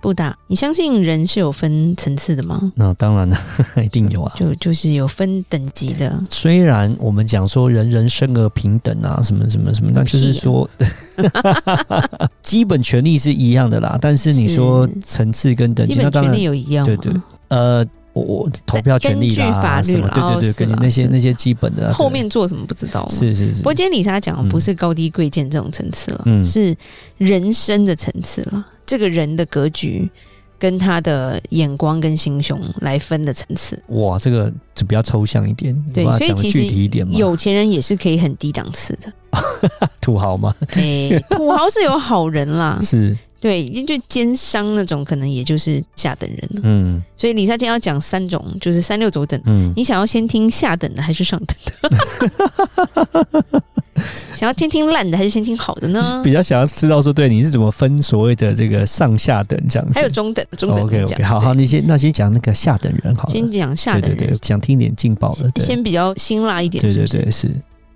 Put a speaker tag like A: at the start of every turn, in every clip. A: 布大，你相信人是有分层次的吗？
B: 那当然了， 一定有啊。
A: 就就是有分等级的，
B: 虽然我们讲说人人生而平等啊，什么什么什么，那就是说，基本权利是一样的啦。但是你说
A: 是
B: 层次跟等
A: 基
B: 级，那
A: 本
B: 当然
A: 权利有一样吗？
B: 对对呃，我我投票权利
A: 根据法
B: 啦，
A: 律
B: 什么
A: 啦
B: 对
A: 哦
B: 对对，
A: 是
B: 根据
A: 啦
B: 那些
A: 是
B: 那些基本的啊，
A: 后
B: 对
A: 面做什么不知道。。
B: 是是是
A: 不过，今天李莎讲的
B: 嗯
A: 不是高低贵贱这种层次了，
B: 嗯
A: 是人生的层次了。这个人的格局跟他的眼光跟心胸来分的层次。
B: 哇，这个这比较抽象一点，你
A: 对
B: 把它
A: 所以
B: 讲得
A: 其
B: 具
A: 实
B: 体一点嘛，
A: 有钱人也是可以很低档次 的，
B: 土豪 嘛，，
A: 哎、土豪是有好人啦
B: 是
A: 对，就奸商那种可能也就是下等人了。
B: 嗯
A: 所以李莎今天要讲三种，就是三六九等。
B: 嗯，
A: 你想要先听下等的还是上等 的？想要先听烂的还是先听好的呢？
B: 比较想要知道说，对你是怎么分所谓的这个上下等这样子，哦
A: 还有中等，中等
B: OK
A: 讲
B: OK，好好，
A: 对
B: 那先那先讲那个下等人好了，
A: 先讲下
B: 对
A: 等
B: 对
A: 人，
B: 对，讲听一点劲爆的，对
A: 先比较辛辣一点，
B: 对
A: 是
B: 对
A: 不是
B: 对是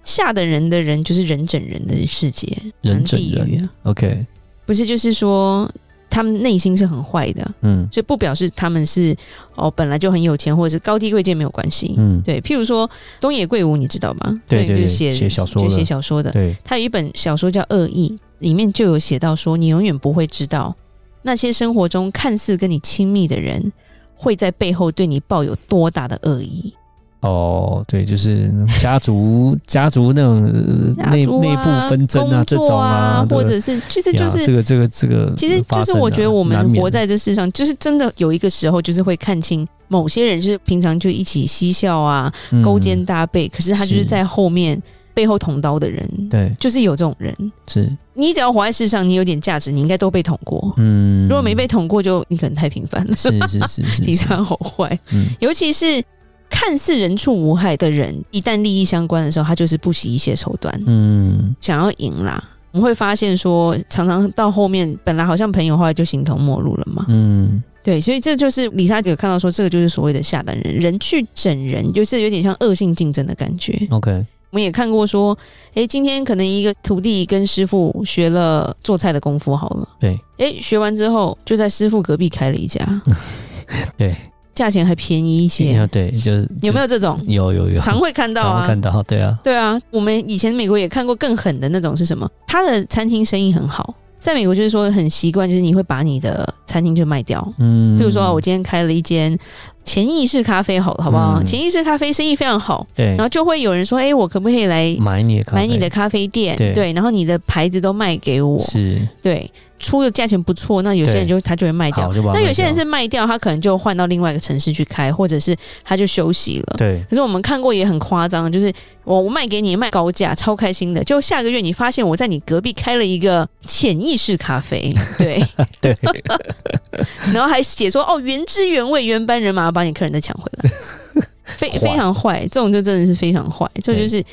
A: 下等人的人就是人整人的世界，
B: 人整
A: 蛮地狱
B: 人
A: 啊
B: ，OK，
A: 不是就是说他们内心是很坏的，
B: 嗯
A: 所以不表示他们是哦本来就很有钱，或者是高低贵贱没有关系。
B: 嗯，
A: 对，譬如说东野圭吾，你知道吗？
B: 对对对
A: 就写
B: 写小说
A: 就
B: 的
A: 写小说的。
B: 对，
A: 他有一本小说叫《恶意》，里面就有写到说，你永远不会知道那些生活中看似跟你亲密的人，会在背后对你抱有多大的恶意。
B: 哦，对，就是那种家族家族那种呃
A: 家
B: 内
A: 族啊
B: 内部纷争啊，这
A: 工作
B: 种
A: 啊，
B: 对
A: 或者是其实就
B: 呀
A: 是
B: 这个这个这个，
A: 其实
B: 发
A: 就是
B: 生
A: 我
B: 啊
A: 觉得我
B: 难
A: 们
B: 免
A: 活在这世上，就是真的有一个时候，就是会看清某些人，就是平常就一起嬉笑啊，
B: 嗯
A: 勾肩搭背，可是他就是
B: 是
A: 在后面背后捅刀的人，
B: 对
A: 就是有这种人。
B: 是
A: 你只要活在世上，你有点价值，你应该都被捅过。
B: 嗯，
A: 如果没被捅过就，你可能太平凡了。
B: 是是是 是
A: 平
B: 是，
A: 常好坏，
B: 嗯
A: 尤其是看似人畜无害的人，一旦利益相关的时候，他就是不惜一切手段。
B: 嗯
A: 想要赢啦。我们会发现说，常常到后面，本来好像朋友，后来就形同陌路了嘛。
B: 嗯
A: 对，所以这就是李莎有看到说，这个就是所谓的下等人，人去整人，就是有点像恶性竞争的感觉。
B: ，OK，
A: 我们也看过说，诶，今天可能一个徒弟跟师傅学了做菜的功夫好了，
B: 对
A: 诶，学完之后就在师傅隔壁开了一家，
B: 对，
A: 价钱还便宜一
B: 要
A: 些，
B: 对，就是
A: 有没
B: 有
A: 有这种？
B: 有有有
A: 常会看到
B: 常
A: 啊
B: 会，看到，对啊，
A: 对啊，我们以前美国也看过更狠的那种是什么？他的餐厅生意很好，在美国就是说很习惯，就是你会把你的餐厅就卖掉。
B: 嗯，
A: 譬如说啊，我今天开了一间潜意识咖啡，好了，好不好？
B: 嗯
A: 潜意识咖啡生意非常好，
B: 对
A: 然后就会有人说：“哎、我可不可以来
B: 买你的咖
A: 买
B: 啡
A: 你的咖啡店？”
B: 对
A: 然后你的牌子都卖给我，
B: 是
A: 对，出的价钱不错，那有些人就他就会卖掉
B: 好。就把它
A: 那有
B: 卖
A: 些人
B: 掉
A: 是卖掉，他可能就换到另外一个城市去开，或者是他就休息了。
B: 对
A: 可是我们看过也很夸张，就是我我卖给你卖高价，超开心的。就下个月你发现我在你隔壁开了一个潜意识 咖啡，对，
B: 对
A: 然后还写说哦原汁原味原班人马，把你客人再抢回 来，非
B: 坏
A: 非常坏，这种就真的是非常坏，这
B: 对
A: 就是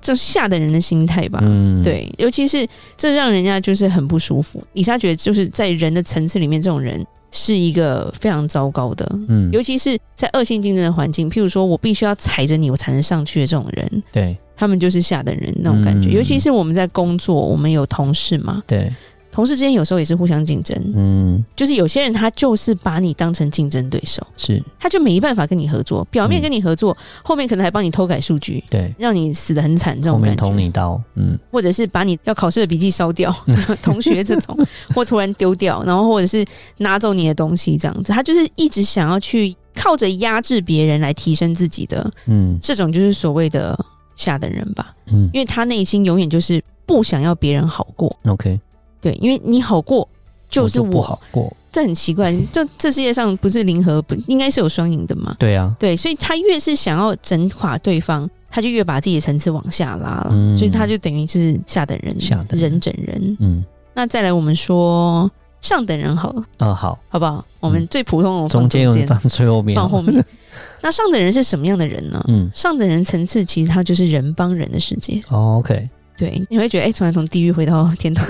A: 这下等人的心态吧。
B: 嗯
A: 对，尤其是这让人家就是很不舒服。李莎觉得就是在人的层次里面，这种人是一个非常糟糕的。
B: 嗯
A: 尤其是在恶性竞争的环境，譬如说我必须要踩着你，我才能上去的这种人，
B: 对
A: 他们就是下等人那种感觉。
B: 嗯
A: 尤其是我们在工作，我们有同事嘛，
B: 对
A: 同事之间有时候也是互相竞争，
B: 嗯
A: 就是有些人他就是把你当成竞争对手，
B: 是
A: 他就没办法跟你合作，
B: 嗯
A: 表面跟你合作，后面可能还帮你偷改数据。
B: 对，
A: 让你死得很惨，这
B: 后
A: 种
B: 面
A: 感
B: 捅
A: 觉，
B: 你刀，嗯
A: 或者是把你要考试的笔记烧掉， 同学这 种，或突然丢掉，然后或者是拿走你的东西，这样子，他就是一直想要去靠着压制别人来提升自己的，
B: 嗯
A: 这种就是所谓的下等人吧，
B: 嗯
A: 因为他内心永远就是不想要别人好过，
B: ，OK，
A: 对，因为你好过就是
B: 我
A: 我，
B: 不好过，
A: 这很奇怪，这这世界上不是零和不应该是有双赢的嘛？
B: 对啊，
A: 对，所以他越是想要整垮对方，他就越把自己的层次往下拉了，
B: 嗯
A: 所以他就等于是下等人，
B: 下等人
A: 人整人。
B: 嗯
A: 那再来我们说上等人好了，
B: 啊好，
A: 好不好？我们最普通的我们
B: 嗯中
A: 放
B: 间
A: 中
B: 有人
A: 间
B: 放最后面，
A: 放后面， 那上等人是什么样的人呢？
B: 嗯
A: 上等人层次其实他就是人帮人的世界。
B: 哦，OK，
A: 对，你会觉得哎，突然从地狱回到 天堂。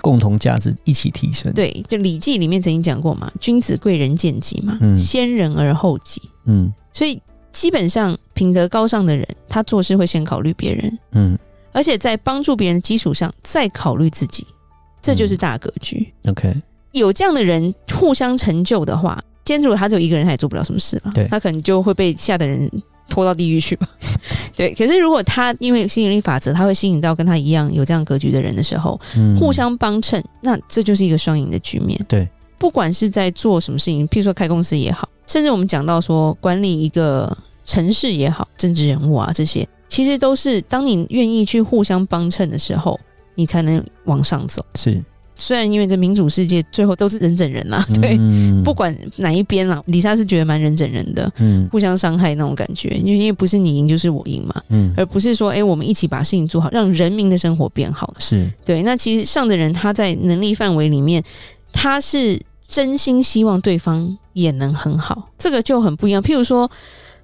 B: 共同价值一起提升。，
A: 对，就《礼记》里面曾经讲过嘛，“君子贵人贱己”嘛，
B: 嗯
A: 先人而后己。
B: 嗯
A: 所以基本上品德高尚的人，他做事会先考虑别人，
B: 嗯
A: 而且在帮助别人的基础上再考虑自己，这
B: 嗯
A: 就是大格局。
B: ，OK，
A: 有这样的人互相成就的话，今天如果他只有一个人，他也做不了什么事了
B: 对，
A: 他可能就会被下的人拖到地狱去吧。 对，可是如果他因为吸引力法则，他会吸引到跟他一样有这样格局的人的时候，
B: 嗯
A: 互相帮衬，那这就是一个双赢的局面。
B: 对，
A: 不管是在做什么事情，譬如说开公司也好，甚至我们讲到说管理一个城市也好，政治人物啊这些，其实都是当你愿意去互相帮衬的时候，你才能往上走。
B: 是
A: 虽然因为这民主世界最后都是人整人啦、对，
B: 嗯
A: 不管哪一边啦，李莎是觉得蛮人整人的，
B: 嗯
A: 互相伤害那种感觉，因为因为不是你赢就是我赢嘛，
B: 嗯
A: 而不是说哎、诶我们一起把事情做好，让人民的生活变好。
B: 是
A: 对，那其实上的人他在能力范围里面，他是真心希望对方也能很好，这个就很不一样。譬如说，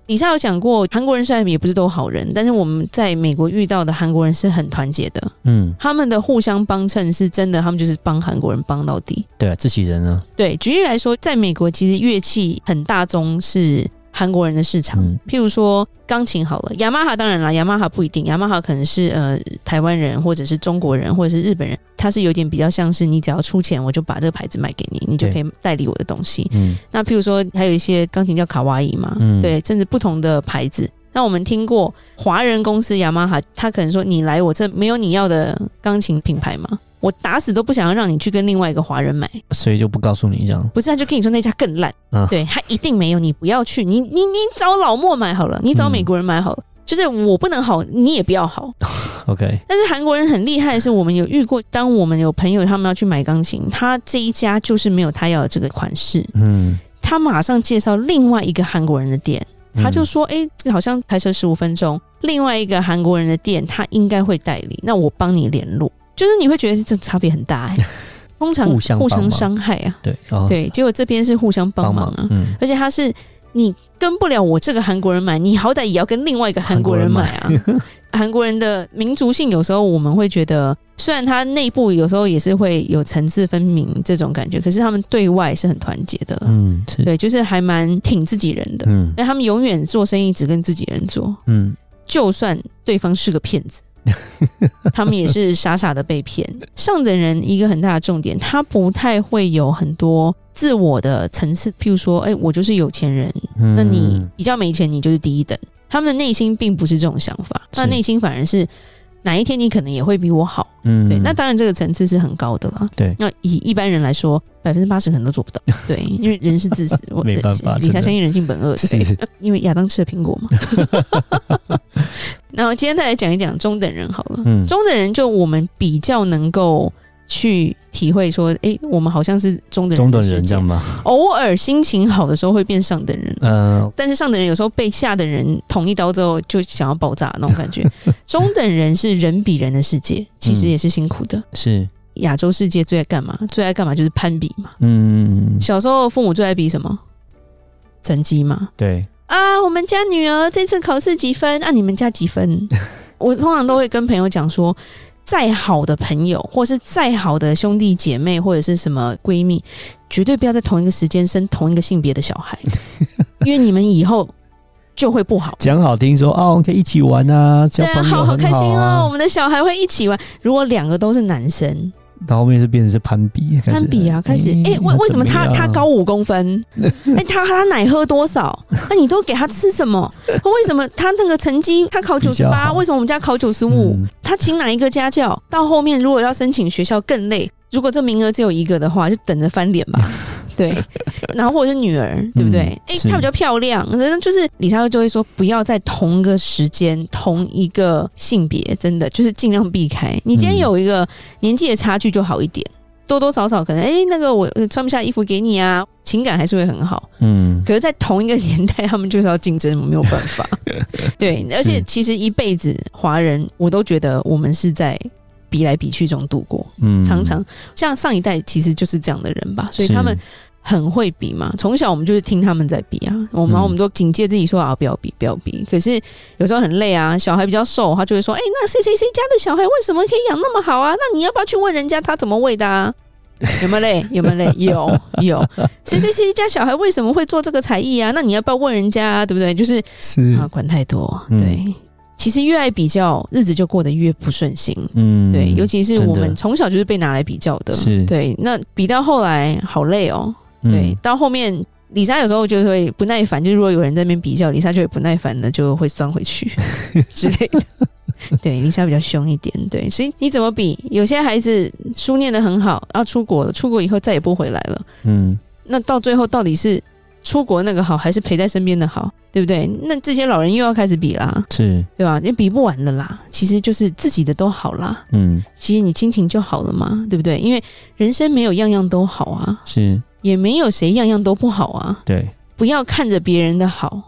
A: 李莎有讲过，韩国人虽然也不是都好人，但是我们在美国遇到的韩国人是很团结的，
B: 嗯，
A: 他们的互相帮衬是真的，他们就是帮韩国人帮到底。
B: 对啊，自己人啊，
A: 对，举例来说，在美国其实乐器很大宗是韩国人的市场，
B: 嗯
A: 譬如说钢琴好了，雅马哈当然啦，雅马哈不一定，雅马哈可能是呃台湾人或者是中国人或者是日本人，他是有点比较像是你只要出钱，我就把这个牌子卖给你，你就可
B: 对
A: 以代理我的东西。
B: 嗯
A: 那譬如说还有一些钢琴叫卡哇伊嘛，
B: 嗯
A: 对，甚至不同的牌子。那我们听过华人公司雅马哈，他可能说你来我这没有你要的钢琴品牌嘛，我打死都不想要让你去跟另外一个华人买。
B: 所以就不告诉你这样，
A: 不是，他就跟你说那家更烂，
B: 啊
A: 对他一定没有，你不要去，你你你找老莫买好了，你找美国人买好了。就是我不能好，你也不要好。
B: 啊，OK，
A: 但是韩国人很厉害，的是我们有遇过，当我们有朋友他们要去买钢琴，他这一家就是没有他要的这个款式，
B: 嗯，
A: 他马上介绍另外一个韩国人的店，
B: 嗯
A: 他就说：“哎、好像开车十五分钟，另外一个韩国人的店他应该会代理，那我帮你联络。”就是你会觉得这差别很 大、哎，通常
B: 互相帮忙
A: 伤害啊，
B: 对，哦，
A: 对，结果这边是互相帮
B: 帮
A: 忙啊，
B: 嗯，
A: 而且他是你跟不了我这个韩国人买，你好歹也要跟另外一个韩国人买啊。 韩国人的民族性有时候我们会觉得，虽然他内部有时候也是会有层次分明这种感觉，可是他们对外是很团结的，
B: 嗯，是，
A: 对，就是还蛮挺自己人的。
B: 嗯
A: 那他们永远做生意只跟自己人做，
B: 嗯，
A: 就算对方是个骗子， 他们也是傻傻的被骗。上等人一个很大的重点，他不太会有很多自我的层次，譬如说，哎、我就是有钱人，
B: 嗯
A: 那你比较没钱，你就是第一等。他们的内心并不是这种想法，
B: 是
A: 那内心反而是哪一天你可能也会比我好。
B: 嗯，
A: 对，那当然这个层次是很高的啦。
B: 对
A: 那以一般人来说，百分之八十可能都做不到。对，因为人是自私，我
B: 没办法
A: 李
B: 真
A: 霞
B: 的
A: 相信人性本恶，对。
B: 是
A: 因为亚当吃了苹果嘛。 然后今天再来讲一讲中等人好了，
B: 嗯
A: 中等人就我们比较能够去体会说，诶，我们好像是中等人，
B: 中等人这样，吗？
A: 偶尔心情好的时候会变上等人。
B: 呃，
A: 但是上等人有时候被下等人捅一刀之后就想要爆炸那 种感觉，中等人是人比人的世界，其
B: 嗯
A: 实也是辛苦的。
B: 是，
A: 亚洲世界最爱干嘛？最爱干嘛就是攀比嘛。
B: 嗯，
A: 小时候父母最爱比什么？成绩嘛。
B: 对，
A: 啊，我们家女儿这次考试几分？啊，你们家 几分？我通常都会跟朋友讲说，再好的朋友，或是再好的兄弟姐妹，或者是什么闺蜜，绝对不要在同一个时间生同一个性别的小 孩，因为你们以后就会不好。
B: 讲好听说哦，可以一起玩啊，交
A: 对
B: 朋友很
A: 啊，好
B: 好
A: 开心哦！我
B: 啊，
A: 们的小孩会一起玩。如果两个都是男生，
B: 到后面是变成是攀比，开始嗯
A: 攀比啊，开始哎，为、为什么
B: 啊
A: 他他高？五公 分？哎、他他奶喝多少？那、你都给他吃什么？为什么他那个成绩他考九
B: 比
A: 十
B: 较
A: 八，
B: 好
A: 为什么我们家考九十
B: 怎么
A: 五
B: 样？嗯
A: 他请哪一个家教？到后面如果要申请学校更累，如果这名额只有一个的话，就等着翻脸 吧。对，然后或者是女儿，对不对？哎、
B: 嗯是
A: 她比较漂亮，真的就是李莎就会说，不要在同一个时间、同一个性别，真的就是尽量避开。你今天
B: 嗯
A: 有一个年纪的差距就好一点，多多少少可能，哎、那个我呃穿不下衣服给你啊，情感还是会很好。
B: 嗯，
A: 可是，在同一个年代，他们就是要竞争，没有办 法。对，
B: 是
A: 而且其实一辈子华人，我都觉得我们是在比来比去中度过。
B: 嗯
A: 常常像上一代其实就是这样的人吧，所以
B: 是
A: 他们很会比嘛，从小我们就是听他们在比啊，我们
B: 嗯
A: 我们都警戒自己说啊，不要比，不要比。可是有时候很累啊，小孩比较瘦，他就会说，哎、那谁谁谁家的小孩为什么可以养那么好啊？那你要不要去问人家他怎么喂的 啊？有没有累？有没有累？有有，谁谁谁家小孩为什么会做这个才艺啊？那你要不要问人家、啊？对不对？就是
B: 是
A: 啊，管太多。
B: 嗯
A: 对，其实越爱比较，日子就过得越不顺心。
B: 嗯
A: 对，尤其是我
B: 真的
A: 们从小就是被拿来比较的，
B: 是
A: 对。那比到后来好累哦，对，
B: 嗯
A: 到后面。李莎有时候就会不耐烦，就是如果有人在那边比较，李莎就会不耐烦的就会酸回去之类的。对，李莎比较凶一点，对，所以你怎么比？有些孩子书念得很好，要出国了，出国以后再也不回来了，
B: 嗯
A: 那到最后到底是出国那个好，还是陪在身边的好，对不对？那这些老人又要开始比啦，
B: 是
A: 对吧？也比不完的啦，其实就是自己的都好啦，
B: 嗯
A: 其实你心情就好了嘛，对不对？因为人生没有样样都好啊，
B: 是
A: 也没有谁样样都不好啊。
B: 对，
A: 不要看着别人的好，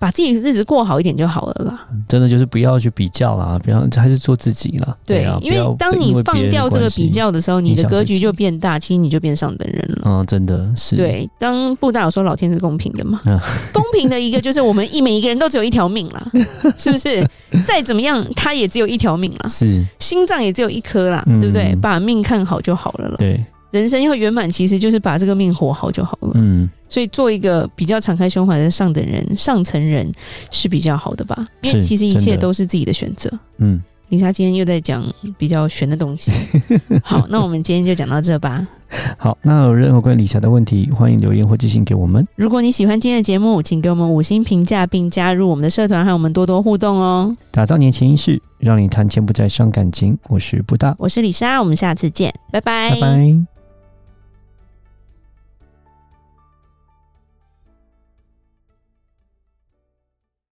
A: 把自己日子过好一点就好了啦。
B: 真的就是不要去比较啦，不要还是做自己啦。
A: 对，
B: 啊，
A: 因
B: 不要
A: 为当你
B: 因为别
A: 放
B: 人的
A: 掉这个
B: 关系
A: 比，较的时候，你
B: 影
A: 的
B: 响
A: 格
B: 自
A: 局
B: 己
A: 就变大，其实你就变上等人了。
B: 嗯，真的是，
A: 对，刚布达有说老天是公平的嘛
B: 嗯，
A: 公平的一个就是我们一每一个人都只有一条命 啦，是不是？再怎么样，他也只有一条命啦，
B: 是，
A: 心脏也只有一颗啦，对不对？
B: 嗯
A: 把命看好就好了啦。
B: 对，
A: 人生要圆满，其实就是把这个命活好就好了。
B: 嗯，
A: 所以做一个比较敞开胸怀的上等人、上层人是比较好的吧？因为
B: 是
A: 其实一
B: 真
A: 切
B: 的
A: 都是自己的选择。
B: 嗯，
A: 李莎今天又在讲比较 玄的东西。好，那我们今天就讲到这吧。
B: 好，那有任何关于理财的问题，欢迎留言或寄信给我们。
A: 如果你喜欢今天的节目，请给我们五星评价，并加入我们的社团，和我们多多互动哦。
B: 打造你的潜意识，让你谈钱不再伤感情。我是布大，
A: 我是李莎，我们下次见，拜
B: 拜拜